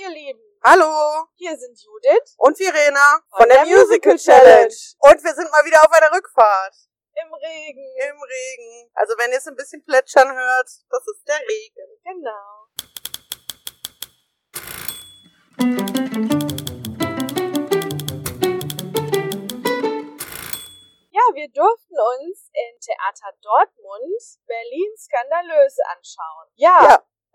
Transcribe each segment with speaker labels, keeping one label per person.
Speaker 1: ihr Lieben.
Speaker 2: Hallo
Speaker 1: Hier sind Judith
Speaker 2: und Verena von der, Musical Challenge. Und wir sind mal wieder auf einer Rückfahrt
Speaker 1: im Regen.
Speaker 2: im Regen. Also wenn ihr es ein bisschen plätschern hört, das ist der Regen.
Speaker 1: Genau. Ja, wir durften uns im Theater Dortmund Berlin skandalös anschauen. Ja,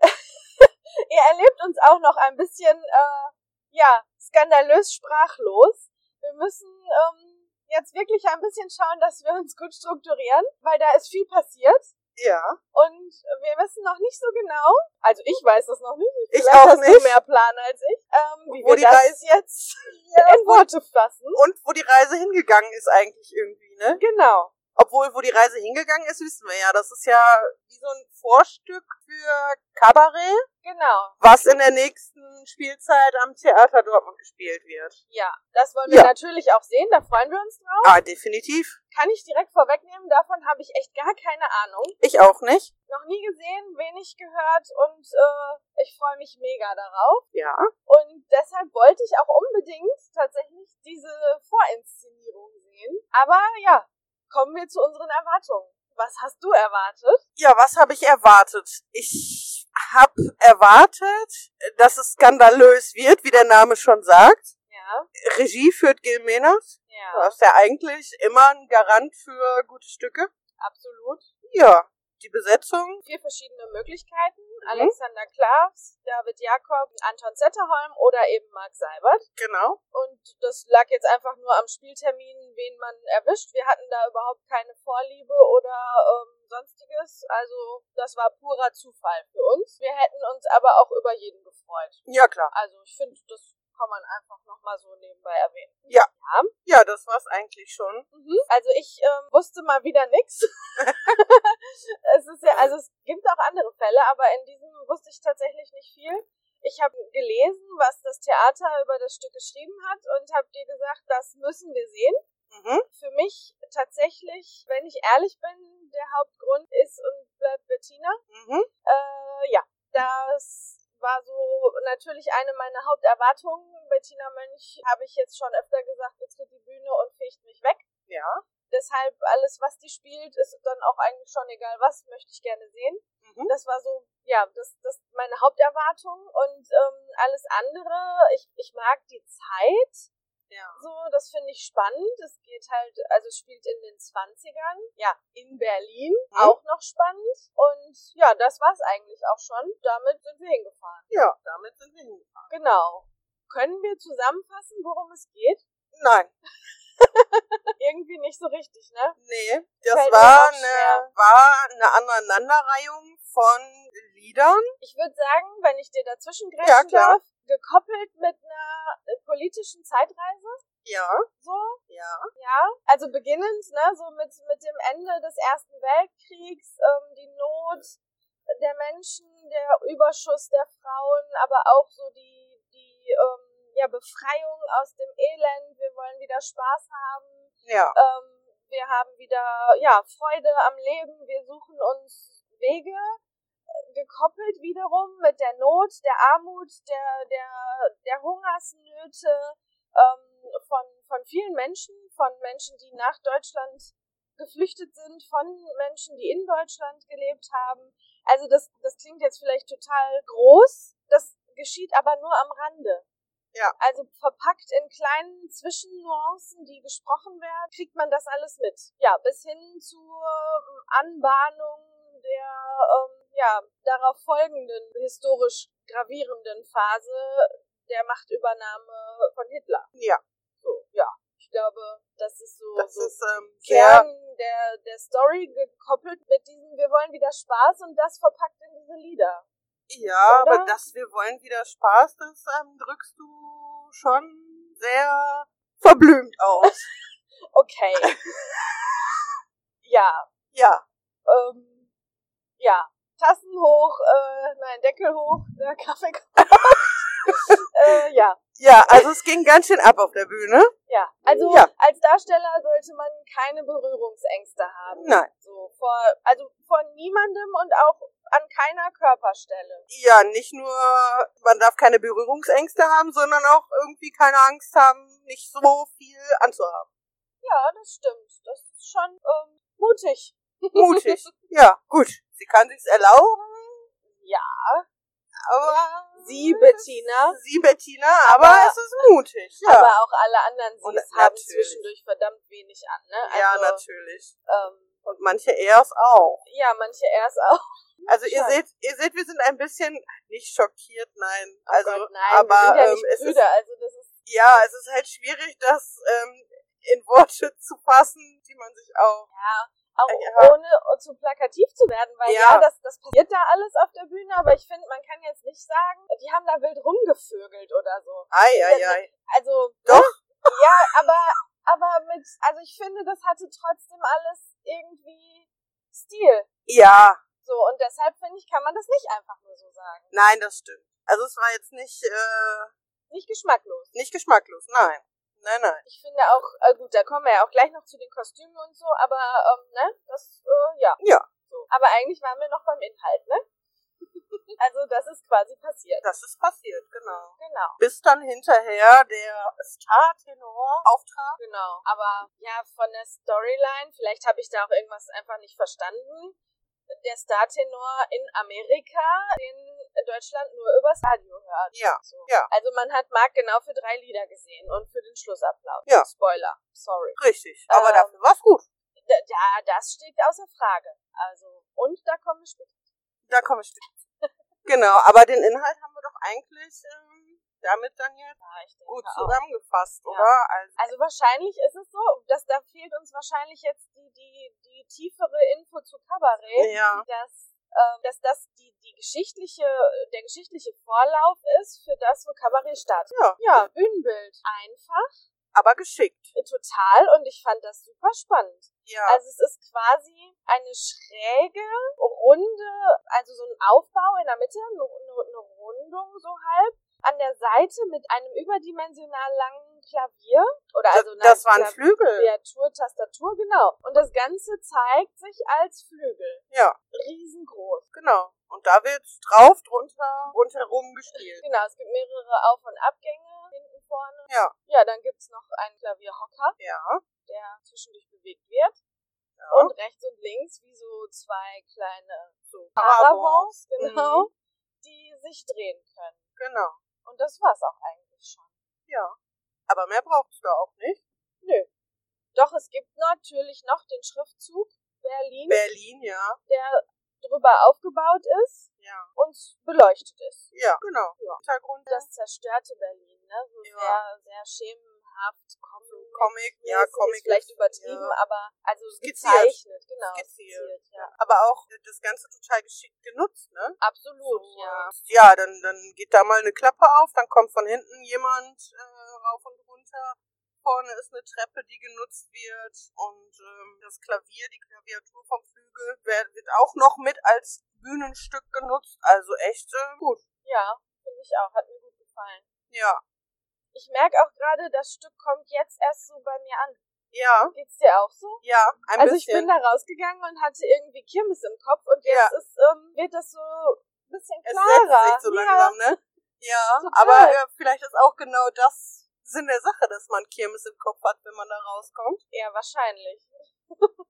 Speaker 2: Ja,
Speaker 1: ihr erlebt uns auch noch ein bisschen, äh, ja, skandalös sprachlos. Wir müssen ähm, jetzt wirklich ein bisschen schauen, dass wir uns gut strukturieren, weil da ist viel passiert.
Speaker 2: ja.
Speaker 1: Und wir wissen noch nicht so genau, also ich weiß das noch nicht.
Speaker 2: Ich
Speaker 1: Vielleicht
Speaker 2: auch
Speaker 1: hast
Speaker 2: nicht.
Speaker 1: du mehr Plan als ich, ähm, wie
Speaker 2: Wo
Speaker 1: wir
Speaker 2: die
Speaker 1: das
Speaker 2: Reise-
Speaker 1: jetzt in Worte fassen.
Speaker 2: Und wo die Reise hingegangen ist eigentlich irgendwie, ne?
Speaker 1: Genau.
Speaker 2: Obwohl, wo die Reise hingegangen ist, wissen wir ja. Das ist ja wie so ein Vorstück für Kabarett,
Speaker 1: Genau,
Speaker 2: was in der nächsten Spielzeit am Theater Dortmund gespielt wird.
Speaker 1: ja. Das wollen wir
Speaker 2: Ja.
Speaker 1: natürlich auch sehen, da freuen wir uns drauf.
Speaker 2: Ah, definitiv.
Speaker 1: Kann ich direkt vorwegnehmen, davon habe ich echt gar keine Ahnung.
Speaker 2: Ich auch nicht.
Speaker 1: noch nie gesehen, wenig gehört und äh, ich freue mich mega darauf.
Speaker 2: Ja.
Speaker 1: Und deshalb wollte ich auch unbedingt tatsächlich diese Vorinszenierung sehen. Aber ja, kommen wir zu unseren Erwartungen. Was hast du erwartet?
Speaker 2: Ja, was habe ich erwartet? Ich habe erwartet, dass es skandalös wird, wie der Name schon sagt.
Speaker 1: Ja,
Speaker 2: Regie führt Gil Menas,
Speaker 1: ja,
Speaker 2: was ja eigentlich immer ein Garant für gute Stücke.
Speaker 1: absolut.
Speaker 2: Ja, die Besetzung.
Speaker 1: Vier verschiedene Möglichkeiten. Alexander Klavs, David Jakob, Anton Zetterholm oder eben Marc Seibert.
Speaker 2: Genau.
Speaker 1: Und das lag jetzt einfach nur am Spieltermin, wen man erwischt. Wir hatten da überhaupt keine Vorliebe oder ähm, sonstiges. Also das war purer Zufall für uns. Wir hätten uns aber auch über jeden gefreut.
Speaker 2: Ja, klar.
Speaker 1: Also ich finde, das kann man einfach nochmal so nebenbei erwähnen.
Speaker 2: Ja, das war's eigentlich schon.
Speaker 1: Also ich ähm, wusste mal wieder nichts. Es ist ja, also es gibt auch andere Fälle, aber in diesem wusste ich tatsächlich nicht viel. Ich habe gelesen, was das Theater über das Stück geschrieben hat und habe dir gesagt, das müssen wir sehen.
Speaker 2: Mhm.
Speaker 1: für mich tatsächlich, wenn ich ehrlich bin, der Hauptgrund ist und bleibt Bettina.
Speaker 2: Mhm.
Speaker 1: Äh, ja, das war so natürlich eine meiner Haupterwartungen. Bettina Mönch, habe ich jetzt schon öfter gesagt, betritt die Bühne und fegt mich weg.
Speaker 2: Ja.
Speaker 1: Deshalb alles, was die spielt, ist dann auch eigentlich schon egal was, möchte ich gerne sehen.
Speaker 2: Mhm.
Speaker 1: Das war so, ja, das, das meine Haupterwartung und ähm, alles andere. Ich, ich mag die Zeit.
Speaker 2: Ja.
Speaker 1: So, das finde ich spannend. Es geht halt, also es spielt in den 20ern, ja, in Berlin,
Speaker 2: Mhm.
Speaker 1: auch noch spannend. Und ja, das war's eigentlich auch schon. Damit sind wir hingefahren.
Speaker 2: Ja, damit sind wir hin.
Speaker 1: Genau. Können wir zusammenfassen, worum es geht?
Speaker 2: Nein.
Speaker 1: Irgendwie nicht so richtig, ne?
Speaker 2: Nee. Das
Speaker 1: Fällt mir
Speaker 2: war
Speaker 1: auch schwer.
Speaker 2: eine, war eine Aneinanderreihung von Liedern.
Speaker 1: Ich würde sagen, wenn ich dir dazwischen
Speaker 2: Ja,
Speaker 1: greifen
Speaker 2: klar.
Speaker 1: darf, gekoppelt mit einer äh, politischen Zeitreise,
Speaker 2: Ja.
Speaker 1: so,
Speaker 2: Ja.
Speaker 1: Ja, also beginnend, ne, so mit, mit dem Ende des Ersten Weltkriegs, ähm, die Not der Menschen, der Überschuss der Frauen, aber auch so die, die ähm, ja, Befreiung aus dem Elend, wir wollen wieder Spaß haben,
Speaker 2: Ja.
Speaker 1: ähm, wir haben wieder ja, Freude am Leben, wir suchen uns Wege, äh, gekoppelt wiederum mit der Not, der Armut, der, der, der Hungersnöte ähm, von, von vielen Menschen, von Menschen, die nach Deutschland geflüchtet sind, von Menschen, die in Deutschland gelebt haben. Also das, das klingt jetzt vielleicht total groß, das geschieht aber nur am Rande.
Speaker 2: Ja.
Speaker 1: Also verpackt in kleinen Zwischennuancen, die gesprochen werden, kriegt man das alles mit. Ja, bis hin zur ähm, Anbahnung der ähm, ja, darauf folgenden historisch gravierenden Phase der Machtübernahme von Hitler.
Speaker 2: Ja.
Speaker 1: So, ja. Ich glaube, das ist so,
Speaker 2: Das
Speaker 1: so
Speaker 2: ist ähm, sehr,
Speaker 1: Kern der, der Story gekoppelt mit diesem Wir wollen wieder Spaß und das verpackt in diese Lieder.
Speaker 2: ja,
Speaker 1: Oder?
Speaker 2: aber dass wir wollen wieder Spaß, das ähm, drückst du schon sehr verblümt aus.
Speaker 1: Okay. ja,
Speaker 2: ja.
Speaker 1: ähm, ja. Tassen hoch, äh, nein, Deckel hoch, der Kaffee kommt. äh, ja,
Speaker 2: Ja, also es ging ganz schön ab auf der Bühne.
Speaker 1: Ja, also
Speaker 2: Ja.
Speaker 1: als Darsteller sollte man keine Berührungsängste haben.
Speaker 2: Nein.
Speaker 1: So vor, also vor niemandem und auch an keiner Körperstelle.
Speaker 2: Ja, nicht nur, man darf keine Berührungsängste haben, sondern auch irgendwie keine Angst haben, nicht so viel anzuhaben.
Speaker 1: Ja, das stimmt. Das ist schon ähm, mutig.
Speaker 2: Mutig. ja, gut. Sie kann sich's erlauben,
Speaker 1: ja.
Speaker 2: aber.
Speaker 1: Sie, Bettina.
Speaker 2: Sie, Bettina, aber,
Speaker 1: Aber-
Speaker 2: es ist mutig, ja.
Speaker 1: Aber auch alle anderen
Speaker 2: Und
Speaker 1: Sis haben
Speaker 2: natürlich.
Speaker 1: zwischendurch verdammt wenig an, ne?
Speaker 2: ja,
Speaker 1: also,
Speaker 2: natürlich.
Speaker 1: Ähm,
Speaker 2: Und manche Airs auch.
Speaker 1: ja, manche erst auch.
Speaker 2: Also ihr
Speaker 1: Schade.
Speaker 2: seht, ihr seht, wir sind ein bisschen nicht schockiert, nein. Also,
Speaker 1: oh Gott, nein,
Speaker 2: aber
Speaker 1: wir sind ja
Speaker 2: ähm,
Speaker 1: nicht
Speaker 2: es ist,
Speaker 1: Brüder, also das ist
Speaker 2: ja, es ist halt schwierig, das ähm, in Worte zu fassen, die man sich auch.
Speaker 1: ja auch
Speaker 2: Äh, Ja.
Speaker 1: ohne äh, zu plakativ zu werden, weil
Speaker 2: Ja.
Speaker 1: ja, das, das passiert da alles auf der Bühne, aber ich finde, man kann jetzt nicht sagen, die haben da wild rumgevögelt oder so.
Speaker 2: Ei, ei,
Speaker 1: Ja,
Speaker 2: ei.
Speaker 1: Also
Speaker 2: Doch.
Speaker 1: ja, aber aber mit, also ich finde, das hatte trotzdem alles irgendwie Stil.
Speaker 2: Ja,
Speaker 1: So und deshalb finde ich, kann man das nicht einfach nur so sagen.
Speaker 2: nein, das stimmt. Also es war jetzt nicht äh,
Speaker 1: Nicht geschmacklos.
Speaker 2: nicht geschmacklos, nein, nein, nein.
Speaker 1: Ich finde auch, äh, gut, da kommen wir ja auch gleich noch zu den Kostümen und so, aber ähm, ne, das, äh, ja.
Speaker 2: Ja.
Speaker 1: So. Aber eigentlich waren wir noch beim Inhalt, ne? also das ist quasi passiert.
Speaker 2: Das ist passiert, genau.
Speaker 1: Genau,
Speaker 2: Bis dann hinterher der Star-Tenor auftrat.
Speaker 1: genau. Aber ja, von der Storyline, vielleicht habe ich da auch irgendwas einfach nicht verstanden. Der Star-Tenor in Amerika, den Deutschland nur übers Radio hört.
Speaker 2: Ja,
Speaker 1: So.
Speaker 2: ja.
Speaker 1: Also man hat Marc genau für drei Lieder gesehen und für den Schlussapplaus.
Speaker 2: Ja.
Speaker 1: Spoiler, sorry.
Speaker 2: Richtig. Aber
Speaker 1: Ähm,
Speaker 2: dafür war's gut.
Speaker 1: Da, ja, das steht außer Frage. Also, und da kommen wir später.
Speaker 2: Da komme ich später zu. Genau, aber den Inhalt haben wir doch eigentlich ähm, damit dann jetzt
Speaker 1: Ja, Ah, ich denke
Speaker 2: gut
Speaker 1: auch.
Speaker 2: Oh, zusammengefasst,
Speaker 1: Ja.
Speaker 2: oder? Also,
Speaker 1: Also wahrscheinlich ist es so, dass da fehlt uns wahrscheinlich jetzt die, die, die tiefere Info zu Cabaret,
Speaker 2: ja,
Speaker 1: dass, ähm, dass das die, die geschichtliche, der geschichtliche Vorlauf ist für das, wo Cabaret startet.
Speaker 2: ja,
Speaker 1: Ja, Bühnenbild. Einfach,
Speaker 2: aber geschickt.
Speaker 1: äh, total und ich fand das super spannend.
Speaker 2: Ja,
Speaker 1: Also es ist quasi eine schräge, runde, also so ein Aufbau in der Mitte, eine, eine eine Rundung so halb, an der Seite mit einem überdimensional langen Klavier. Oder also
Speaker 2: das, das waren
Speaker 1: Klav-
Speaker 2: Flügel. Ja.
Speaker 1: Klaviatur, Tastatur, genau. Und das Ganze zeigt sich als Flügel. Riesengroß.
Speaker 2: genau. Und da wird drauf, drunter, rundherum gespielt.
Speaker 1: Genau, es gibt mehrere Auf- und Abgänge hinten vorne.
Speaker 2: Ja.
Speaker 1: Ja, dann gibt's noch einen Klavierhocker,
Speaker 2: Ja,
Speaker 1: der zwischendurch bewegt wird.
Speaker 2: Ja.
Speaker 1: Und rechts und links wie so zwei kleine
Speaker 2: so
Speaker 1: Paravents, genau,
Speaker 2: Mhm.
Speaker 1: die sich drehen können.
Speaker 2: Genau.
Speaker 1: Und das war's auch eigentlich schon.
Speaker 2: Ja. Aber mehr braucht's da auch nicht.
Speaker 1: Doch es gibt natürlich noch den Schriftzug Berlin,
Speaker 2: Berlin, ja.
Speaker 1: der drüber aufgebaut ist
Speaker 2: Ja.
Speaker 1: und beleuchtet ist.
Speaker 2: Ja, genau.
Speaker 1: Ja.
Speaker 2: Hintergrund das
Speaker 1: Das zerstörte Berlin, ne? So
Speaker 2: Ja.
Speaker 1: sehr, sehr schemenhaft, comic.
Speaker 2: Comic, ja, Comic.
Speaker 1: Ist vielleicht übertrieben,
Speaker 2: Ja.
Speaker 1: aber also
Speaker 2: Skizziert.
Speaker 1: gezeichnet, genau.
Speaker 2: Skizziert,
Speaker 1: ja.
Speaker 2: Aber auch das Ganze total geschickt genutzt, ne?
Speaker 1: Absolut, ja.
Speaker 2: ja, dann, dann geht da mal eine Klappe auf, dann kommt von hinten jemand äh, rauf und runter. Vorne ist eine Treppe, die genutzt wird und ähm, das Klavier, die Klaviatur vom Flügel wer- wird auch noch mit als Bühnenstück genutzt. Also echt äh, gut.
Speaker 1: Ja, finde ich auch. Hat mir gut gefallen.
Speaker 2: Ja,
Speaker 1: Ich merke auch gerade, das Stück kommt jetzt erst so bei mir an.
Speaker 2: ja,
Speaker 1: Geht's dir auch so?
Speaker 2: ja, ein
Speaker 1: also ich bin
Speaker 2: bisschen.
Speaker 1: da rausgegangen und hatte irgendwie Kirmes im Kopf und jetzt ist, ähm, wird das so ein bisschen
Speaker 2: es
Speaker 1: klarer.
Speaker 2: setzt sich so langsam, ne? Ja,
Speaker 1: Total.
Speaker 2: aber äh, vielleicht ist auch genau das Sinn der Sache, dass man Kirmes im Kopf hat, wenn man da rauskommt.
Speaker 1: Ja, ja, wahrscheinlich.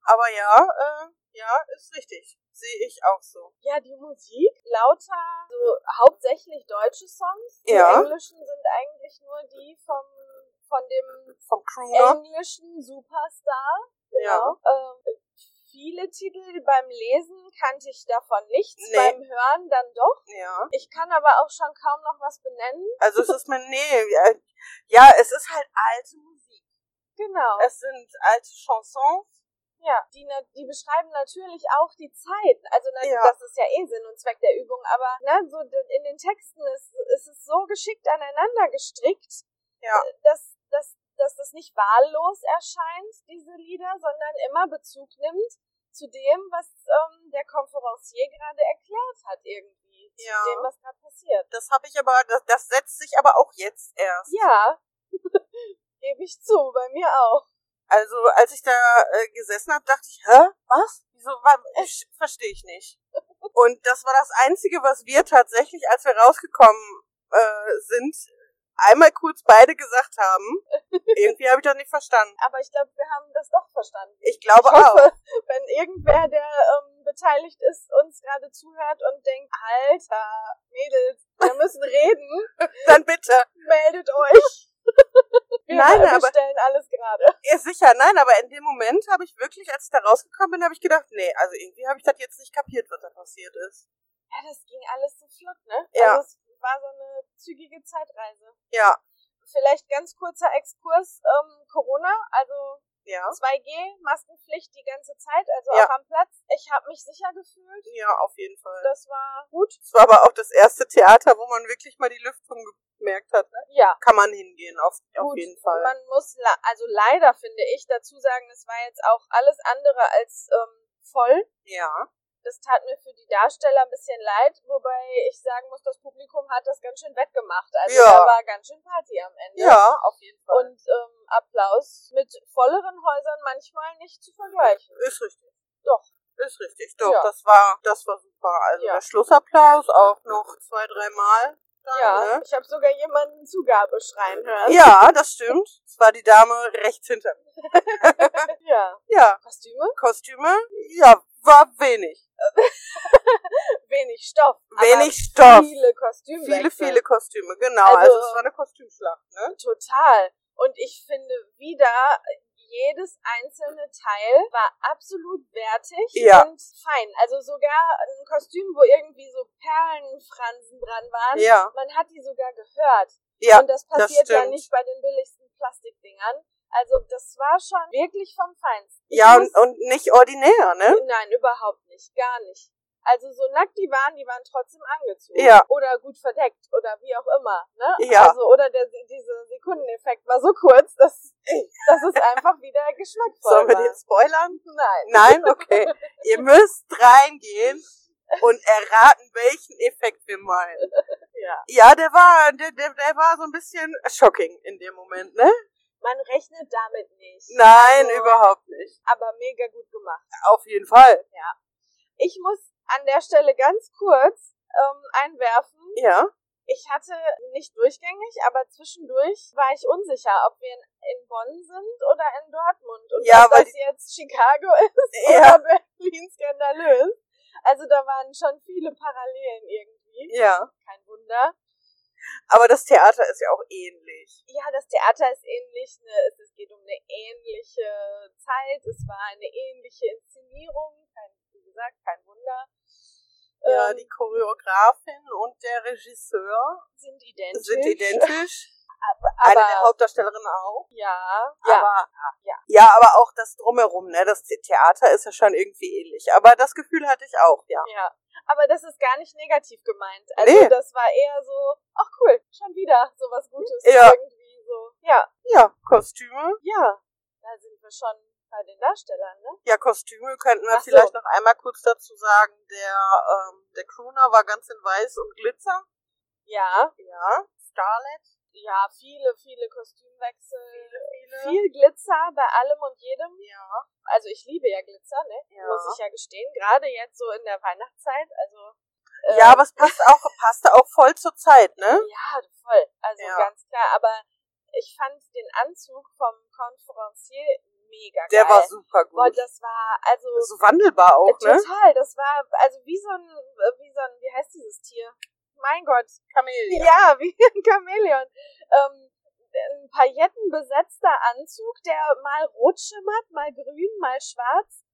Speaker 2: Aber ja, äh, ja, ist richtig. Sehe ich auch so.
Speaker 1: Ja, die Musik, lauter, so hauptsächlich deutsche Songs.
Speaker 2: Ja.
Speaker 1: Die englischen sind eigentlich nur die vom, von dem
Speaker 2: Vom Crooner.
Speaker 1: englischen Superstar.
Speaker 2: Ja.
Speaker 1: Genau. Ähm, viele Titel beim Lesen kannte ich davon nichts,
Speaker 2: Nee.
Speaker 1: beim Hören dann doch.
Speaker 2: Ja.
Speaker 1: Ich kann aber auch schon kaum noch was benennen.
Speaker 2: Also es ist mir, nee, ja, ja, es ist halt alte Musik.
Speaker 1: Genau.
Speaker 2: Es sind alte Chansons.
Speaker 1: Ja, die, na- die beschreiben natürlich auch die Zeit. Also na,
Speaker 2: Ja.
Speaker 1: das ist ja eh Sinn und Zweck der Übung, aber ne, so de- in den Texten ist, ist es so geschickt aneinander gestrickt,
Speaker 2: Ja.
Speaker 1: äh, dass, dass, dass es nicht wahllos erscheint, diese Lieder, sondern immer Bezug nimmt zu dem, was ähm, der Konferencier gerade erklärt hat irgendwie.
Speaker 2: Ja.
Speaker 1: Zu dem, was gerade passiert.
Speaker 2: Das habe ich aber, das, das setzt sich aber auch jetzt erst.
Speaker 1: Ja, Gebe ich zu, bei mir auch.
Speaker 2: Also als ich da äh, gesessen habe, dachte ich, hä, was? Wieso? Verstehe ich nicht. Und das war das Einzige, was wir tatsächlich, als wir rausgekommen äh, sind, einmal kurz beide gesagt haben. Irgendwie habe ich das nicht verstanden.
Speaker 1: Aber ich glaube, wir haben das doch verstanden.
Speaker 2: Ich
Speaker 1: Ich
Speaker 2: glaube
Speaker 1: hoffe,
Speaker 2: auch.
Speaker 1: wenn irgendwer, der ähm, beteiligt ist, uns gerade zuhört und denkt, Alter, Mädels, wir müssen reden,
Speaker 2: Dann bitte.
Speaker 1: meldet euch. Wir,
Speaker 2: Nein,
Speaker 1: wir
Speaker 2: aber-
Speaker 1: stellen alles gerade.
Speaker 2: Ja, sicher, nein, aber in dem Moment habe ich wirklich, als ich da rausgekommen bin, habe ich gedacht, nee, also irgendwie habe ich das jetzt nicht kapiert, was da passiert ist.
Speaker 1: Ja, das ging alles so flott, ne?
Speaker 2: Ja.
Speaker 1: Also es war so eine zügige Zeitreise.
Speaker 2: Ja,
Speaker 1: Vielleicht ganz kurzer Exkurs, ähm, Corona, also
Speaker 2: ja,
Speaker 1: 2G, Maskenpflicht die ganze Zeit, also
Speaker 2: Ja.
Speaker 1: auch am Platz. Ich habe mich sicher gefühlt.
Speaker 2: ja, auf jeden Fall.
Speaker 1: Das war gut.
Speaker 2: Das war aber auch das erste Theater, wo man wirklich mal die Lüftung gemerkt hat. Ne?
Speaker 1: Ja,
Speaker 2: Kann man hingehen, auf, auf
Speaker 1: gut.
Speaker 2: jeden Fall.
Speaker 1: Man muss, le- also leider finde ich dazu sagen, es war jetzt auch alles andere als ähm, voll.
Speaker 2: Ja,
Speaker 1: Das tat mir für die Darsteller ein bisschen leid, wobei ich sagen muss, das Publikum hat das ganz schön wettgemacht. Also
Speaker 2: Ja.
Speaker 1: da war ganz schön Party am Ende.
Speaker 2: ja, auf jeden Fall.
Speaker 1: Und ähm, Applaus mit volleren Häusern manchmal nicht zu vergleichen.
Speaker 2: ist richtig.
Speaker 1: Doch.
Speaker 2: Ist richtig, doch,
Speaker 1: Ja.
Speaker 2: das war, das war super. Also
Speaker 1: Ja.
Speaker 2: der Schlussapplaus auch noch zwei, dreimal.
Speaker 1: Ja,
Speaker 2: Ne?
Speaker 1: ich habe sogar jemanden Zugabe schreien hören.
Speaker 2: Ja, das stimmt. Es war die Dame rechts hinter mir.
Speaker 1: ja.
Speaker 2: Ja,
Speaker 1: Kostüme?
Speaker 2: Kostüme, ja, war wenig.
Speaker 1: wenig Stoff. aber
Speaker 2: Wenig Stoff.
Speaker 1: Viele Kostüme.
Speaker 2: Viele, viele Kostüme, genau. Also,
Speaker 1: Also-
Speaker 2: es war eine Kostümschlacht, ne?
Speaker 1: Total. Und ich finde wieder, jedes einzelne Teil war absolut wertig
Speaker 2: Ja.
Speaker 1: und fein. Also sogar ein Kostüm, wo irgendwie so Perlenfransen dran waren.
Speaker 2: Ja,
Speaker 1: Man hat die sogar gehört.
Speaker 2: ja,
Speaker 1: und das passiert ja
Speaker 2: stimmt.
Speaker 1: nicht bei den billigsten Plastikdingern. Also das war schon wirklich vom Feinsten. Ich
Speaker 2: ja und,
Speaker 1: muss-
Speaker 2: und nicht ordinär, ne?
Speaker 1: Nein, überhaupt nicht, gar nicht. Also so nackt die waren, die waren trotzdem angezogen.
Speaker 2: Ja.
Speaker 1: Oder gut verdeckt oder wie auch immer. Ne?
Speaker 2: Ja.
Speaker 1: Also, oder der, dieser Sekundeneffekt war so kurz, dass, dass es einfach wieder geschmackvoll
Speaker 2: Sollen wir
Speaker 1: war.
Speaker 2: den spoilern?
Speaker 1: Nein.
Speaker 2: Nein, okay. Ihr müsst reingehen und erraten, welchen Effekt wir meinen.
Speaker 1: Ja.
Speaker 2: Ja, der war, der, der, der war so ein bisschen shocking in dem Moment, ne?
Speaker 1: Man rechnet damit nicht.
Speaker 2: Nein,
Speaker 1: Also,
Speaker 2: überhaupt nicht.
Speaker 1: Aber mega gut gemacht.
Speaker 2: Auf jeden Fall.
Speaker 1: Ich muss an der Stelle ganz kurz ähm, einwerfen,
Speaker 2: Ja,
Speaker 1: Ich hatte nicht durchgängig, aber zwischendurch war ich unsicher, ob wir in, in Bonn sind oder in Dortmund. Und
Speaker 2: Ja,
Speaker 1: ob
Speaker 2: weil
Speaker 1: das jetzt Chicago ist
Speaker 2: Ja.
Speaker 1: oder Berlin skandalös. Also da waren schon viele Parallelen irgendwie.
Speaker 2: ja.
Speaker 1: Kein Wunder.
Speaker 2: Aber das Theater ist ja auch ähnlich.
Speaker 1: Ja, das Theater ist ähnlich. Ne, es, es geht um eine ähnliche Zeit. Es war eine ähnliche Inszenierung. Kein, wie gesagt, kein Wunder.
Speaker 2: Ja,
Speaker 1: Ähm,
Speaker 2: die Choreografin und der Regisseur
Speaker 1: sind identisch.
Speaker 2: sind identisch.
Speaker 1: Aber,
Speaker 2: eine der Hauptdarstellerinnen auch.
Speaker 1: ja,
Speaker 2: Ja.
Speaker 1: ja.
Speaker 2: Aber,
Speaker 1: Ja.
Speaker 2: ja, aber auch das Drumherum, ne? Das The- Theater ist ja schon irgendwie ähnlich. Aber das Gefühl hatte ich auch, ja.
Speaker 1: Ja, aber das ist gar nicht negativ gemeint. Also
Speaker 2: Nee.
Speaker 1: das war eher so, ach cool, schon wieder sowas Gutes.
Speaker 2: Ja.
Speaker 1: Irgendwie so. Ja,
Speaker 2: Ja, Kostüme.
Speaker 1: ja. Da sind wir schon bei den Darstellern, ne?
Speaker 2: Ja, Kostüme könnten wir
Speaker 1: Ach so.
Speaker 2: vielleicht noch einmal kurz dazu sagen. Der, ähm, der Crooner war ganz in weiß und Glitzer.
Speaker 1: Ja,
Speaker 2: Ja. Starlet.
Speaker 1: ja, viele, viele Kostümwechsel,
Speaker 2: Viele.
Speaker 1: viel Glitzer bei allem und jedem.
Speaker 2: Ja.
Speaker 1: Also ich liebe ja Glitzer, ne?
Speaker 2: Ja.
Speaker 1: Muss ich ja gestehen. Gerade jetzt so in der Weihnachtszeit. Also äh,
Speaker 2: ja, aber es passt auch, passte auch voll zur Zeit, ne?
Speaker 1: Ja, voll. Also
Speaker 2: Ja.
Speaker 1: ganz klar. Aber ich fand den Anzug vom Conferencier mega
Speaker 2: Der
Speaker 1: geil.
Speaker 2: war super gut.
Speaker 1: Boah, das war also
Speaker 2: so wandelbar auch,
Speaker 1: äh,
Speaker 2: ne?
Speaker 1: total. Das war also wie so ein äh, wie so ein wie heißt dieses Tier? Mein Gott.
Speaker 2: Chameleon.
Speaker 1: Ja, wie ein Chamäleon. Ähm, ein paillettenbesetzter Anzug, der mal rot schimmert, mal grün, mal schwarz.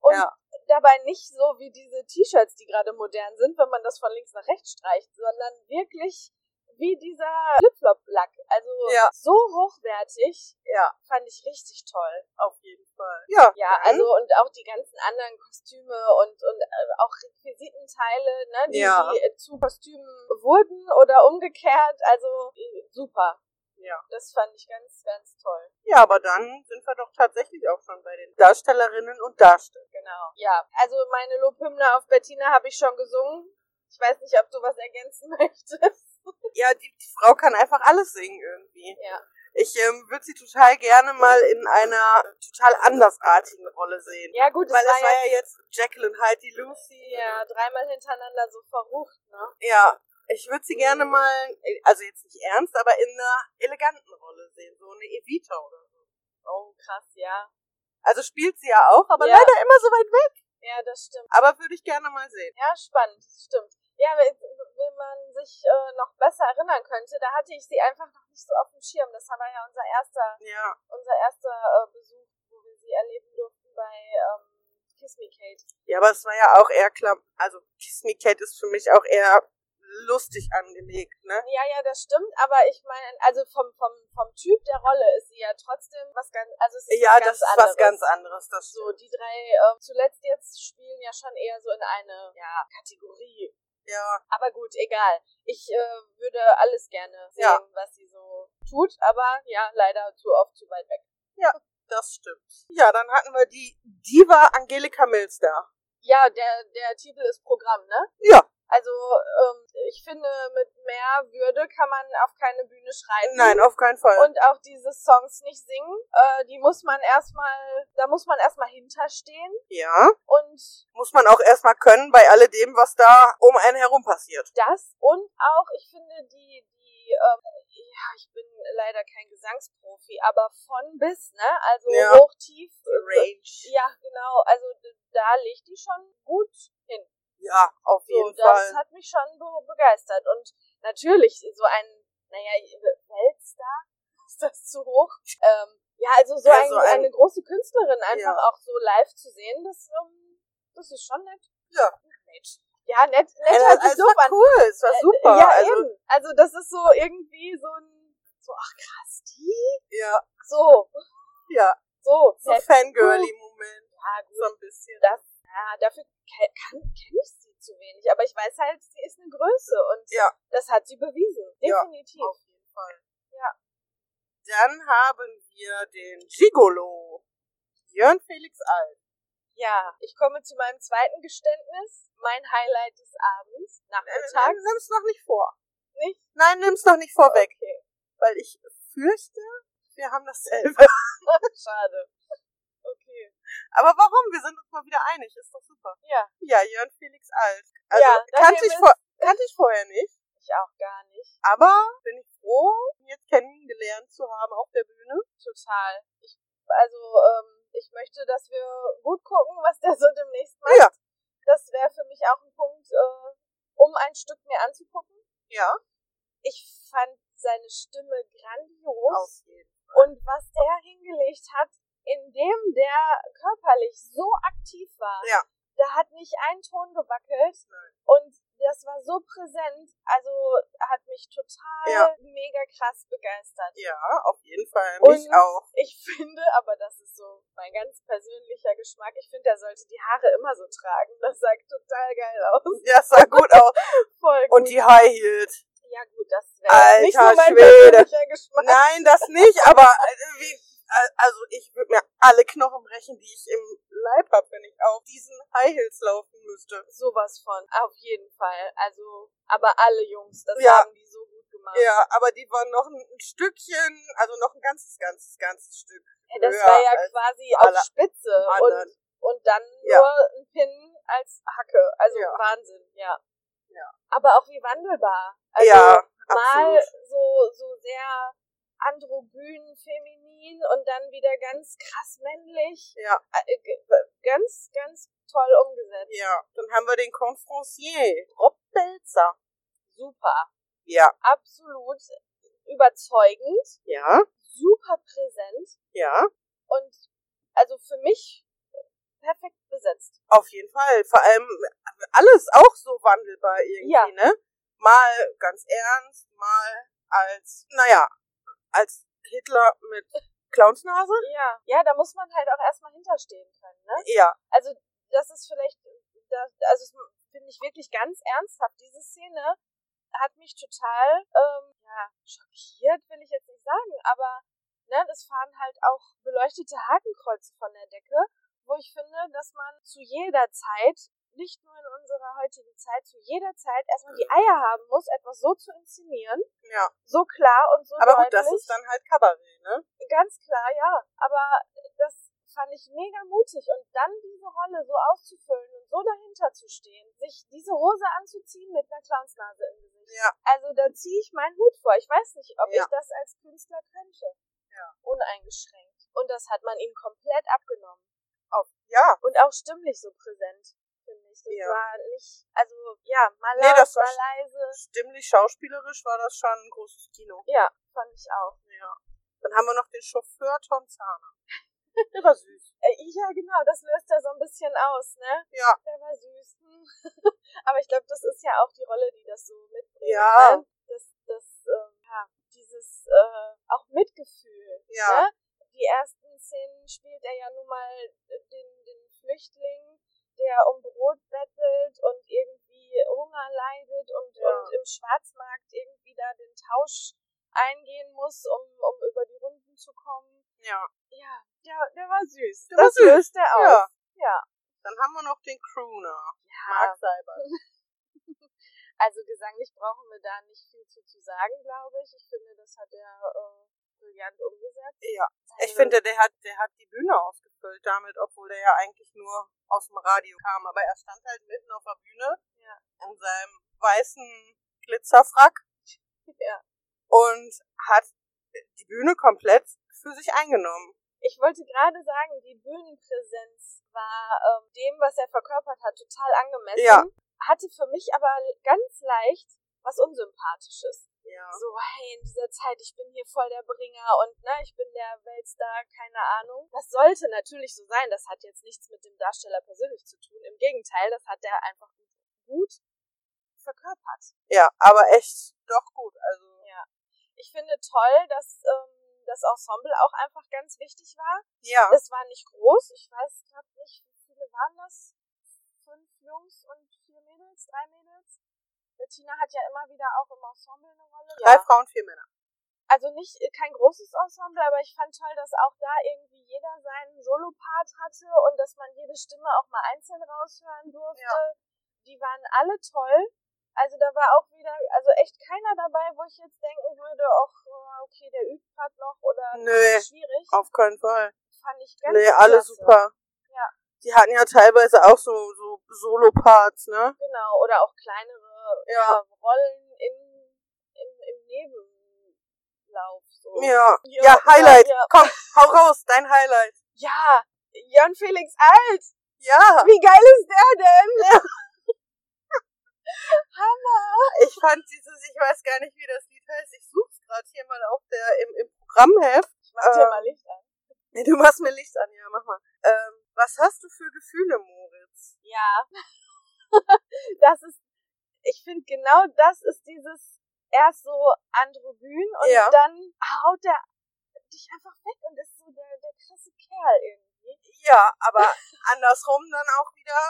Speaker 1: Und
Speaker 2: Ja.
Speaker 1: dabei nicht so wie diese T-Shirts, die gerade modern sind, wenn man das von links nach rechts streicht, sondern wirklich wie dieser Flip-Flop-Lack. Also
Speaker 2: Ja.
Speaker 1: so hochwertig,
Speaker 2: Ja.
Speaker 1: fand ich richtig toll.
Speaker 2: Auf jeden Fall. Ja.
Speaker 1: Ja,
Speaker 2: dann.
Speaker 1: also und auch die ganzen anderen Kostüme und, und äh, auch Requisitenteile, ne, die,
Speaker 2: Ja.
Speaker 1: die äh, zu Kostümen wurden oder umgekehrt. Also äh, super.
Speaker 2: Ja.
Speaker 1: Das fand ich ganz, ganz toll.
Speaker 2: Ja, aber dann sind wir doch tatsächlich auch schon bei den Darstellerinnen und Darstellern.
Speaker 1: Genau. Ja, also meine Lobhymne auf Bettina habe ich schon gesungen. Ich weiß nicht, ob du was ergänzen möchtest.
Speaker 2: Ja, die, die Frau kann einfach alles singen irgendwie.
Speaker 1: Ja.
Speaker 2: Ich ähm, würde sie total gerne mal in einer total andersartigen Rolle sehen.
Speaker 1: Ja, gut,
Speaker 2: Weil es war ja jetzt Jacqueline Hyde, die Lucy.
Speaker 1: ja dreimal hintereinander so verrucht, ne?
Speaker 2: Ja, ich würde sie gerne mal, also jetzt nicht ernst, aber in einer eleganten Rolle sehen. So eine Evita oder so.
Speaker 1: Oh, krass, ja.
Speaker 2: Also spielt sie ja auch, aber
Speaker 1: Ja.
Speaker 2: leider immer so weit weg.
Speaker 1: Ja, das stimmt.
Speaker 2: Aber würde ich gerne mal sehen.
Speaker 1: Ja, spannend, das stimmt. Ja, wenn wenn man sich äh, noch besser erinnern könnte, da hatte ich sie einfach noch nicht so auf dem Schirm. Das war ja unser erster,
Speaker 2: Ja.
Speaker 1: unser erster äh, Besuch, wo wir sie erleben durften bei ähm, Kiss Me Kate.
Speaker 2: Ja, aber es war ja auch eher klar, also Kiss Me Cat ist für mich auch eher lustig angelegt, ne?
Speaker 1: Ja, ja, das stimmt, aber ich meine, also vom, vom, vom Typ der Rolle ist sie ja trotzdem was ganz, also es ist
Speaker 2: Ja,
Speaker 1: was ganz
Speaker 2: das ist
Speaker 1: anderes.
Speaker 2: was ganz anderes. Das
Speaker 1: So, die drei äh, zuletzt jetzt spielen ja schon eher so in eine ja, Kategorie.
Speaker 2: Ja,
Speaker 1: Aber gut, egal. Ich äh, würde alles gerne sehen,
Speaker 2: Ja.
Speaker 1: was sie so tut, aber ja, leider zu oft zu weit weg.
Speaker 2: das stimmt. Ja, dann hatten wir die Diva Angelika Mills da.
Speaker 1: Ja, der, der Titel ist Programm, ne?
Speaker 2: Ja.
Speaker 1: Also, ähm, ich finde, mit mehr Würde kann man auf keine Bühne schreiten.
Speaker 2: Nein, auf keinen Fall.
Speaker 1: Und auch diese Songs nicht singen, äh, die muss man erstmal, da muss man erstmal hinterstehen
Speaker 2: ja,
Speaker 1: und
Speaker 2: muss man auch erstmal können bei alledem, was da um einen herum passiert.
Speaker 1: das und auch, ich finde, die, die, ähm, ja, ich bin leider kein Gesangsprofi, aber von bis, ne? Also
Speaker 2: Ja.
Speaker 1: hoch, tief,
Speaker 2: Range.
Speaker 1: Ja, genau. Also d- da legt die schon gut hin.
Speaker 2: Ja, auf
Speaker 1: So,
Speaker 2: jeden
Speaker 1: das
Speaker 2: Fall.
Speaker 1: hat mich schon be begeistert. Und natürlich, so ein, naja, Weltstar, ist das zu hoch? Ähm, ja, also so,
Speaker 2: Ja,
Speaker 1: ein,
Speaker 2: so ein-
Speaker 1: eine große Künstlerin einfach auch so live zu sehen, das, ähm, das ist schon nett.
Speaker 2: Ja.
Speaker 1: Nett. Ja, nett, nett
Speaker 2: Also,
Speaker 1: hört sich
Speaker 2: es
Speaker 1: doof
Speaker 2: war
Speaker 1: an.
Speaker 2: cool, es war super.
Speaker 1: Ja,
Speaker 2: also,
Speaker 1: eben. Also das ist so irgendwie so ein, so, ach krass, die?
Speaker 2: ja,
Speaker 1: So,
Speaker 2: ja,
Speaker 1: so,
Speaker 2: so Fangirly-Moment,
Speaker 1: Ja, gut.
Speaker 2: so ein bisschen.
Speaker 1: das, ja, dafür ke- kann, kenne ich sie zu wenig, aber ich weiß halt, sie ist eine Größe und
Speaker 2: Ja.
Speaker 1: das hat sie bewiesen.
Speaker 2: Ja.
Speaker 1: Definitiv.
Speaker 2: Auf jeden Fall.
Speaker 1: Ja.
Speaker 2: Dann haben wir den Gigolo. Jörn Felix Alt.
Speaker 1: Ja, ich komme zu meinem zweiten Geständnis. Mein Highlight des Abends,
Speaker 2: Äh,
Speaker 1: nachmittags,
Speaker 2: nimm's noch nicht vor.
Speaker 1: nicht?
Speaker 2: Nein, nimm's noch nicht vorweg.
Speaker 1: Okay,
Speaker 2: Weil ich fürchte, wir haben dasselbe.
Speaker 1: schade. Okay.
Speaker 2: Aber warum? Wir sind uns mal wieder einig. Ist doch super.
Speaker 1: Ja,
Speaker 2: Ja, Jörn Felix Alt. Also,
Speaker 1: Ja, das
Speaker 2: kannte,
Speaker 1: hier
Speaker 2: ich
Speaker 1: ist-
Speaker 2: vor kannte ich vorher nicht.
Speaker 1: ich auch gar nicht.
Speaker 2: Aber bin ich froh, ihn jetzt kennengelernt zu haben auf der Bühne.
Speaker 1: Total. Ich, also, ähm, ich möchte, dass wir gut gucken, was der so demnächst macht.
Speaker 2: Ja.
Speaker 1: Das wäre für mich auch ein Punkt, äh, um ein Stück mir anzugucken.
Speaker 2: Ja.
Speaker 1: Ich fand seine Stimme
Speaker 2: Auf
Speaker 1: grandios.
Speaker 2: jeden
Speaker 1: Und was der hingelegt hat, indem der körperlich so aktiv war,
Speaker 2: Ja.
Speaker 1: da hat nicht ein Ton gewackelt.
Speaker 2: Nein.
Speaker 1: Und das war so präsent, also hat mich total
Speaker 2: Ja.
Speaker 1: mega krass begeistert.
Speaker 2: Ja, auf jeden Fall.
Speaker 1: Und-
Speaker 2: Mich auch.
Speaker 1: Ich finde, aber das ist so mein ganz persönlicher Geschmack, ich finde, der sollte die Haare immer so tragen. Das sah total geil aus.
Speaker 2: Ja, sah gut aus.
Speaker 1: Voll gut.
Speaker 2: Und die High Heels.
Speaker 1: ja gut, das wäre nicht so
Speaker 2: Alter
Speaker 1: mein
Speaker 2: Schwede.
Speaker 1: persönlicher Geschmack.
Speaker 2: Nein, das nicht, aber äh, wie, äh, also ich würde mir alle Knochen brechen, die ich im Leib habe, wenn ich auf diesen High Heels laufen müsste.
Speaker 1: Sowas von, auf jeden Fall. Also, aber alle Jungs, das
Speaker 2: Ja.
Speaker 1: haben die so gut gemacht.
Speaker 2: Ja, aber die waren noch ein, ein Stückchen, also noch ein ganzes, ganzes, ganzes Stück.
Speaker 1: Ja, das
Speaker 2: höher
Speaker 1: war ja
Speaker 2: als
Speaker 1: quasi
Speaker 2: alle
Speaker 1: auf Spitze
Speaker 2: anderen.
Speaker 1: und, und dann
Speaker 2: Ja.
Speaker 1: nur ein Pin als Hacke. Also
Speaker 2: Ja.
Speaker 1: Wahnsinn, ja.
Speaker 2: Ja.
Speaker 1: Aber auch wie wandelbar. Also
Speaker 2: ja,
Speaker 1: mal
Speaker 2: absolut.
Speaker 1: so, so sehr androgyn, feminin und dann wieder ganz krass männlich.
Speaker 2: Ja,
Speaker 1: Äh, g- Ganz, ganz toll umgesetzt.
Speaker 2: ja. Dann haben wir den Confrancier, Rob Belzer.
Speaker 1: Super.
Speaker 2: Ja,
Speaker 1: Absolut überzeugend,
Speaker 2: ja,
Speaker 1: super präsent.
Speaker 2: ja.
Speaker 1: und also für mich äh, perfekt besetzt.
Speaker 2: Auf jeden Fall. Vor allem alles auch so wandelbar irgendwie,
Speaker 1: Ja.
Speaker 2: ne? Mal ganz ernst, mal als, naja, als Hitler mit Clownsnase.
Speaker 1: Ja. Ja, da muss man halt auch erstmal hinterstehen können, ne?
Speaker 2: Ja,
Speaker 1: Also das ist vielleicht, das, also es finde ich wirklich ganz ernsthaft. Diese Szene hat mich total ähm, ja, schockiert, will ich jetzt nicht sagen, aber ne, es fahren halt auch beleuchtete Hakenkreuze von der Decke, wo ich finde, dass man zu jeder Zeit nicht nur in unserer heutigen Zeit, zu jeder Zeit erstmal die Eier haben muss, etwas so zu inszenieren,
Speaker 2: Ja.
Speaker 1: so klar und so
Speaker 2: Aber gut,
Speaker 1: deutlich.
Speaker 2: das ist dann halt Kabarett, ne?
Speaker 1: Ganz klar, ja. Aber das fand ich mega mutig. Und dann diese Rolle so auszufüllen und so dahinter zu stehen, sich diese Hose anzuziehen mit einer Clownsnase im Gesicht.
Speaker 2: Ja.
Speaker 1: Also da ziehe ich meinen Hut vor. Ich weiß nicht, ob
Speaker 2: Ja.
Speaker 1: ich das als Künstler könnte. Ja. Uneingeschränkt. Und das hat man ihm komplett abgenommen.
Speaker 2: Ja.
Speaker 1: Und auch stimmlich so präsent, finde ich. Das
Speaker 2: Ja.
Speaker 1: war nicht, also ja, mal
Speaker 2: Nee,
Speaker 1: laut,
Speaker 2: das war
Speaker 1: mal
Speaker 2: sch-
Speaker 1: leise.
Speaker 2: Stimmlich schauspielerisch war das schon ein großes Kino.
Speaker 1: Ja, fand ich auch.
Speaker 2: Ja. Dann haben wir noch den Chauffeur Tom Zahner. Der war süß.
Speaker 1: Äh, ja, genau, das löst er so ein bisschen aus, ne?
Speaker 2: Ja.
Speaker 1: der war süß. Hm. Aber ich glaube, das ist ja auch die Rolle, die das so mitbringt.
Speaker 2: Ja.
Speaker 1: Ne? Das, das, ähm, ja, dieses äh, auch Mitgefühl.
Speaker 2: Ja.
Speaker 1: Ne? Die ersten Szenen spielt er ja nun mal äh, den, den Flüchtling, der um Brot bettelt und irgendwie Hunger leidet und,
Speaker 2: Ja.
Speaker 1: und im Schwarzmarkt irgendwie da den Tausch eingehen muss, um, um über die Runden zu kommen.
Speaker 2: Ja.
Speaker 1: Ja, der, der war süß.
Speaker 2: Der war
Speaker 1: das
Speaker 2: süß.
Speaker 1: löst er aus.
Speaker 2: Ja.
Speaker 1: ja.
Speaker 2: Dann haben wir noch den Crooner.
Speaker 1: Ja.
Speaker 2: Mark Seibert.
Speaker 1: Also gesanglich brauchen wir da nicht viel zu, zu sagen, glaube ich. Ich finde, das hat er äh, brillant umgesetzt.
Speaker 2: Ja. Ich
Speaker 1: Also,
Speaker 2: finde, der hat, der hat die Bühne ausgefüllt damit, obwohl der ja eigentlich nur aus dem Radio kam. Aber er stand halt mitten auf der Bühne
Speaker 1: Ja.
Speaker 2: in seinem weißen Glitzerfrack
Speaker 1: ja.
Speaker 2: und hat die Bühne komplett für sich eingenommen.
Speaker 1: Ich wollte gerade sagen, die Bühnenpräsenz war ähm, dem, was er verkörpert hat, total angemessen.
Speaker 2: Ja.
Speaker 1: Hatte für mich aber ganz leicht was Unsympathisches.
Speaker 2: Ja.
Speaker 1: So, hey, in dieser Zeit, ich bin hier voll der Bringer und ne, ich bin der Weltstar, keine Ahnung. Das sollte natürlich so sein. Das hat jetzt nichts mit dem Darsteller persönlich zu tun. Im Gegenteil, das hat er einfach gut verkörpert.
Speaker 2: Ja, aber echt doch gut. Also
Speaker 1: Ja. Ich finde toll, dass ähm, das Ensemble auch einfach ganz wichtig war.
Speaker 2: ja,
Speaker 1: Es war nicht groß. Ich weiß gerade nicht, wie viele waren das? Fünf Jungs und vier Mädels, drei Mädels. Bettina hat ja immer wieder auch im Ensemble eine Rolle.
Speaker 2: drei Frauen, vier Männer.
Speaker 1: Also nicht kein großes Ensemble, aber ich fand toll, dass auch da irgendwie jeder seinen Solopart hatte und dass man jede Stimme auch mal einzeln raushören durfte. Die waren alle toll. Also da war auch wieder, also echt keiner dabei, wo ich jetzt denken würde, ach, äh, okay, der übt gerade noch oder
Speaker 2: Nö,
Speaker 1: schwierig.
Speaker 2: auf keinen Fall.
Speaker 1: Fand ich ganz
Speaker 2: Nee, alle
Speaker 1: klasse.
Speaker 2: super.
Speaker 1: Ja.
Speaker 2: Die hatten ja teilweise auch so so Solo-Parts, ne?
Speaker 1: Genau, oder auch kleinere
Speaker 2: Ja.
Speaker 1: ähm, Rollen in, in, im Nebenlauf. So.
Speaker 2: Ja.
Speaker 1: Ja,
Speaker 2: Ja, Highlight.
Speaker 1: ja, ja.
Speaker 2: Komm, hau raus, dein Highlight.
Speaker 1: Ja, Jan Felix Alt!
Speaker 2: Ja,
Speaker 1: Wie geil ist der denn?
Speaker 2: ich fand dieses, ich weiß gar nicht, wie das Lied heißt. Ich such's gerade hier mal auf der im, im Programmheft. Ähm,
Speaker 1: Mach dir mal Licht an.
Speaker 2: Nee, du machst mir Licht an, ja, mach mal. Ähm, was hast du für Gefühle, Moritz?
Speaker 1: Ja. das ist, ich finde genau das ist dieses erst so androgyn und
Speaker 2: Ja.
Speaker 1: dann haut der dich einfach weg und ist so der, der krasse Kerl irgendwie.
Speaker 2: Ja, aber andersrum dann auch wieder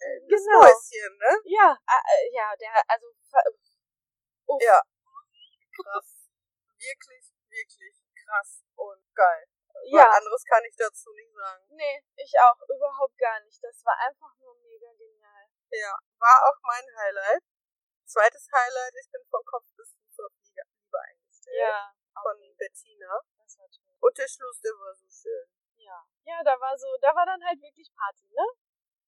Speaker 2: äh, das
Speaker 1: Genau.
Speaker 2: Mäuschen, ne?
Speaker 1: Ja, äh, äh, ja, der, also, ver- uff,
Speaker 2: Ja. Krass. Wirklich, wirklich krass und geil. Ja.
Speaker 1: ja.
Speaker 2: Weil anderes kann ich dazu nicht sagen.
Speaker 1: Nee, ich auch, überhaupt gar nicht. Das war einfach nur mega genial.
Speaker 2: Ja, war auch mein Highlight. Zweites Highlight, ich bin von Kopf bis Fuß auf Liebe Liebe eingestellt.
Speaker 1: Ja,
Speaker 2: Von Bettina.
Speaker 1: das war toll.
Speaker 2: Und der Schluss, der war so schön.
Speaker 1: Ja. Ja, da war so, da war dann halt wirklich Party, ne?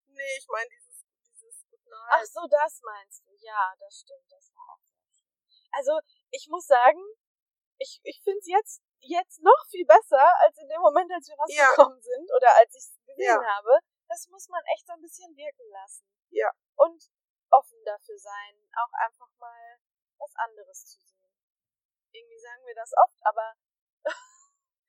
Speaker 2: Nee, ich meine dieses, dieses Guten
Speaker 1: Ach
Speaker 2: Nacht.
Speaker 1: so, das meinst du. Ja, das stimmt. Das war auch sehr schön. Also, ich muss sagen, ich, ich finde es jetzt, jetzt noch viel besser, als in dem Moment, als wir
Speaker 2: Ja.
Speaker 1: rausgekommen sind oder als ich es gesehen
Speaker 2: Ja.
Speaker 1: habe. Das muss man echt so ein bisschen wirken lassen.
Speaker 2: Ja.
Speaker 1: Und offen dafür sein, auch einfach mal was anderes zu sehen. Irgendwie sagen wir das oft, aber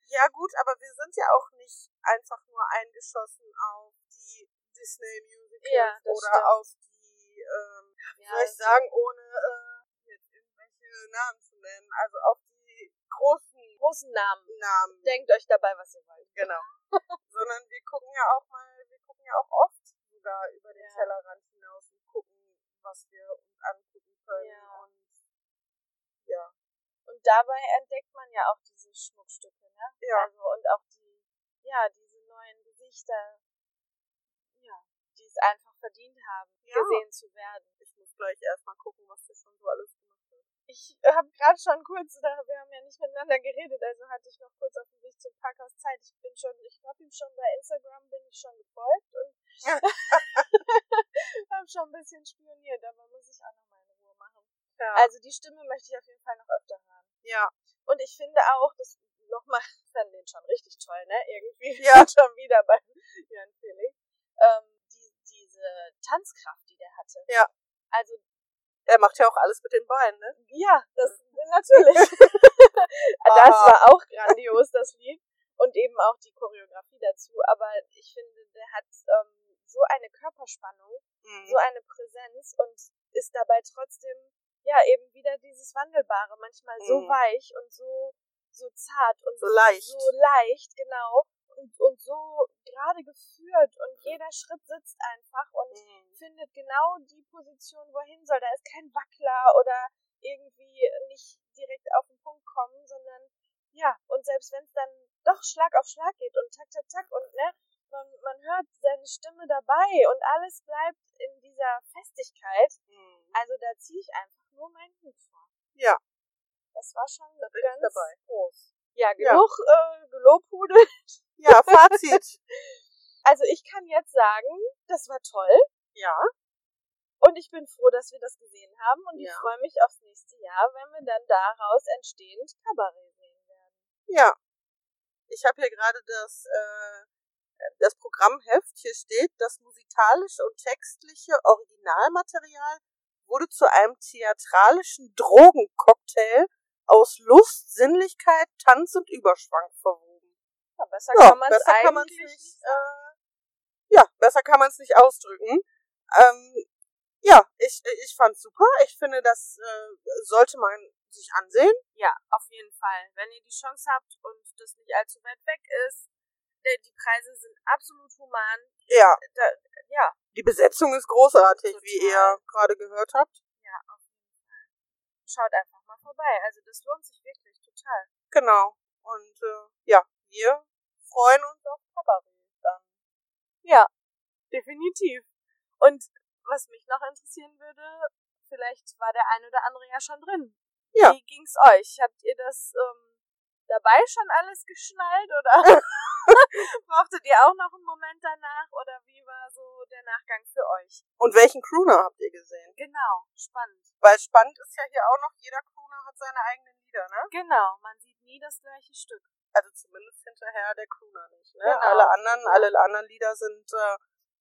Speaker 2: Ja gut, aber wir sind ja auch nicht einfach nur eingeschossen auf die Disney Musicals
Speaker 1: Ja, das
Speaker 2: oder
Speaker 1: stimmt.
Speaker 2: auf die ähm,
Speaker 1: ja, also
Speaker 2: soll ich sagen, ohne äh, jetzt irgendwelche Namen zu nennen. Also auf die großen
Speaker 1: großen Namen.
Speaker 2: Namen.
Speaker 1: Denkt euch dabei, was ihr wollt.
Speaker 2: Genau. Sondern wir gucken ja auch mal, wir gucken ja auch oft sogar über den
Speaker 1: Ja.
Speaker 2: Tellerrand hinaus und gucken, was wir uns angucken können.
Speaker 1: Ja.
Speaker 2: Und ja.
Speaker 1: Und dabei entdeckt man ja auch diese Schmuckstücke, ne?
Speaker 2: Ja.
Speaker 1: Also, und auch die, ja, diese neuen Gesichter, ja, die es einfach verdient haben,
Speaker 2: Ja.
Speaker 1: gesehen zu werden.
Speaker 2: Ich muss gleich erstmal gucken, was du schon so alles gemacht hast.
Speaker 1: Ich habe gerade schon kurz, da- wir haben ja nicht miteinander geredet, also hatte ich noch kurz auf dem Weg zum Parkhaus Zeit. Ich bin schon, ich habe ihm schon bei Instagram bin ich schon gefolgt und habe schon ein bisschen spioniert, aber muss ich auch noch mal in Ruhe machen.
Speaker 2: Ja.
Speaker 1: Also die Stimme möchte ich auf jeden Fall noch öfter hören.
Speaker 2: ja.
Speaker 1: Und ich finde auch, das nochmal, fand den schon richtig toll, ne? Irgendwie
Speaker 2: Ja.
Speaker 1: ja. schon wieder bei Jan Felix. Ähm, die, diese Tanzkraft, die der hatte.
Speaker 2: Ja.
Speaker 1: Also
Speaker 2: Er macht ja auch alles mit den Beinen, ne?
Speaker 1: ja, das natürlich. das
Speaker 2: Ah.
Speaker 1: war auch grandios, das Lied. Und eben auch die Choreografie dazu. Aber ich finde, der hat ähm, so eine Körperspannung,
Speaker 2: Mhm.
Speaker 1: so eine Präsenz und ist dabei trotzdem, ja, eben wieder dieses Wandelbare, manchmal so
Speaker 2: Mhm.
Speaker 1: weich und so, so zart und
Speaker 2: So leicht.
Speaker 1: so leicht, genau. Und, und so gerade geführt und jeder Schritt sitzt einfach und
Speaker 2: Mhm.
Speaker 1: findet genau die Position, wohin soll. Da ist kein Wackler oder irgendwie nicht direkt auf den Punkt kommen, sondern ja, und selbst wenn es dann doch Schlag auf Schlag geht und tak, tak, tak und ne, man, man hört seine Stimme dabei und alles bleibt in dieser Festigkeit.
Speaker 2: Mhm.
Speaker 1: Also da ziehe ich einfach nur meinen Hut vor.
Speaker 2: Ja.
Speaker 1: Das war schon
Speaker 2: bin ich
Speaker 1: ganz
Speaker 2: dabei.
Speaker 1: groß. Ja,
Speaker 2: Ja.
Speaker 1: genug äh, gelobhudelt.
Speaker 2: Ja, Fazit.
Speaker 1: Also ich kann jetzt sagen, das war toll.
Speaker 2: ja.
Speaker 1: Und ich bin froh, dass wir das gesehen haben und ich
Speaker 2: Ja.
Speaker 1: freue mich aufs nächste Jahr, wenn wir dann daraus entstehend Kabarett sehen werden.
Speaker 2: Ja. Ich habe hier gerade das, äh, das Programmheft. Hier steht, das musikalische und textliche Originalmaterial wurde zu einem theatralischen Drogencocktail aus Lust, Sinnlichkeit, Tanz und Überschwang verwoben.
Speaker 1: Ja, besser
Speaker 2: Ja,
Speaker 1: kann man es
Speaker 2: besser kann man's
Speaker 1: eigentlich
Speaker 2: nicht, äh, ja, besser kann man es nicht ausdrücken. Ähm, ja, ich, ich fand's super. Ich finde, das äh, sollte man sich ansehen.
Speaker 1: Ja, auf jeden Fall. Wenn ihr die Chance habt und das nicht allzu weit weg ist, äh, die Preise sind absolut human.
Speaker 2: Ja.
Speaker 1: Da- ja.
Speaker 2: Die Besetzung ist großartig, wie
Speaker 1: Total.
Speaker 2: ihr gerade gehört habt.
Speaker 1: Schaut einfach mal vorbei. Also das lohnt sich wirklich total.
Speaker 2: Genau. Und äh, ja, wir freuen uns auf Kabarett dann.
Speaker 1: Definitiv. Und was mich noch interessieren würde, vielleicht war der ein oder andere ja schon drin.
Speaker 2: Ja.
Speaker 1: Wie ging's euch? Habt ihr das ähm, dabei schon alles geschnallt oder brauchtet ihr auch noch einen Moment danach oder wie war so der Nachgang für euch?
Speaker 2: Und welchen Crooner habt ihr gesehen?
Speaker 1: Genau, spannend.
Speaker 2: Weil spannend ist ja hier auch noch, jeder Crooner hat seine eigenen Lieder, ne?
Speaker 1: Genau, man sieht nie das gleiche Stück.
Speaker 2: Also zumindest hinterher der Crooner nicht, ne?
Speaker 1: Genau.
Speaker 2: Alle anderen, alle anderen Lieder sind äh,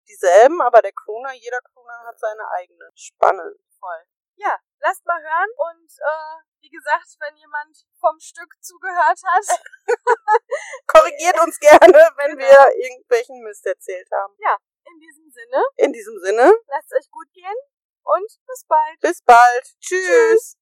Speaker 2: dieselben, aber der Crooner, jeder Crooner hat seine eigene. Spannend.
Speaker 1: Voll. Ja, lasst mal hören und äh, wie gesagt, wenn jemand vom Stück zugehört hat,
Speaker 2: Korrigiert uns gerne, wenn
Speaker 1: Genau.
Speaker 2: wir irgendwelchen Mist erzählt haben.
Speaker 1: in diesem Sinne,
Speaker 2: In diesem Sinne,
Speaker 1: lasst es euch gut gehen und bis bald.
Speaker 2: bis bald. Tschüss.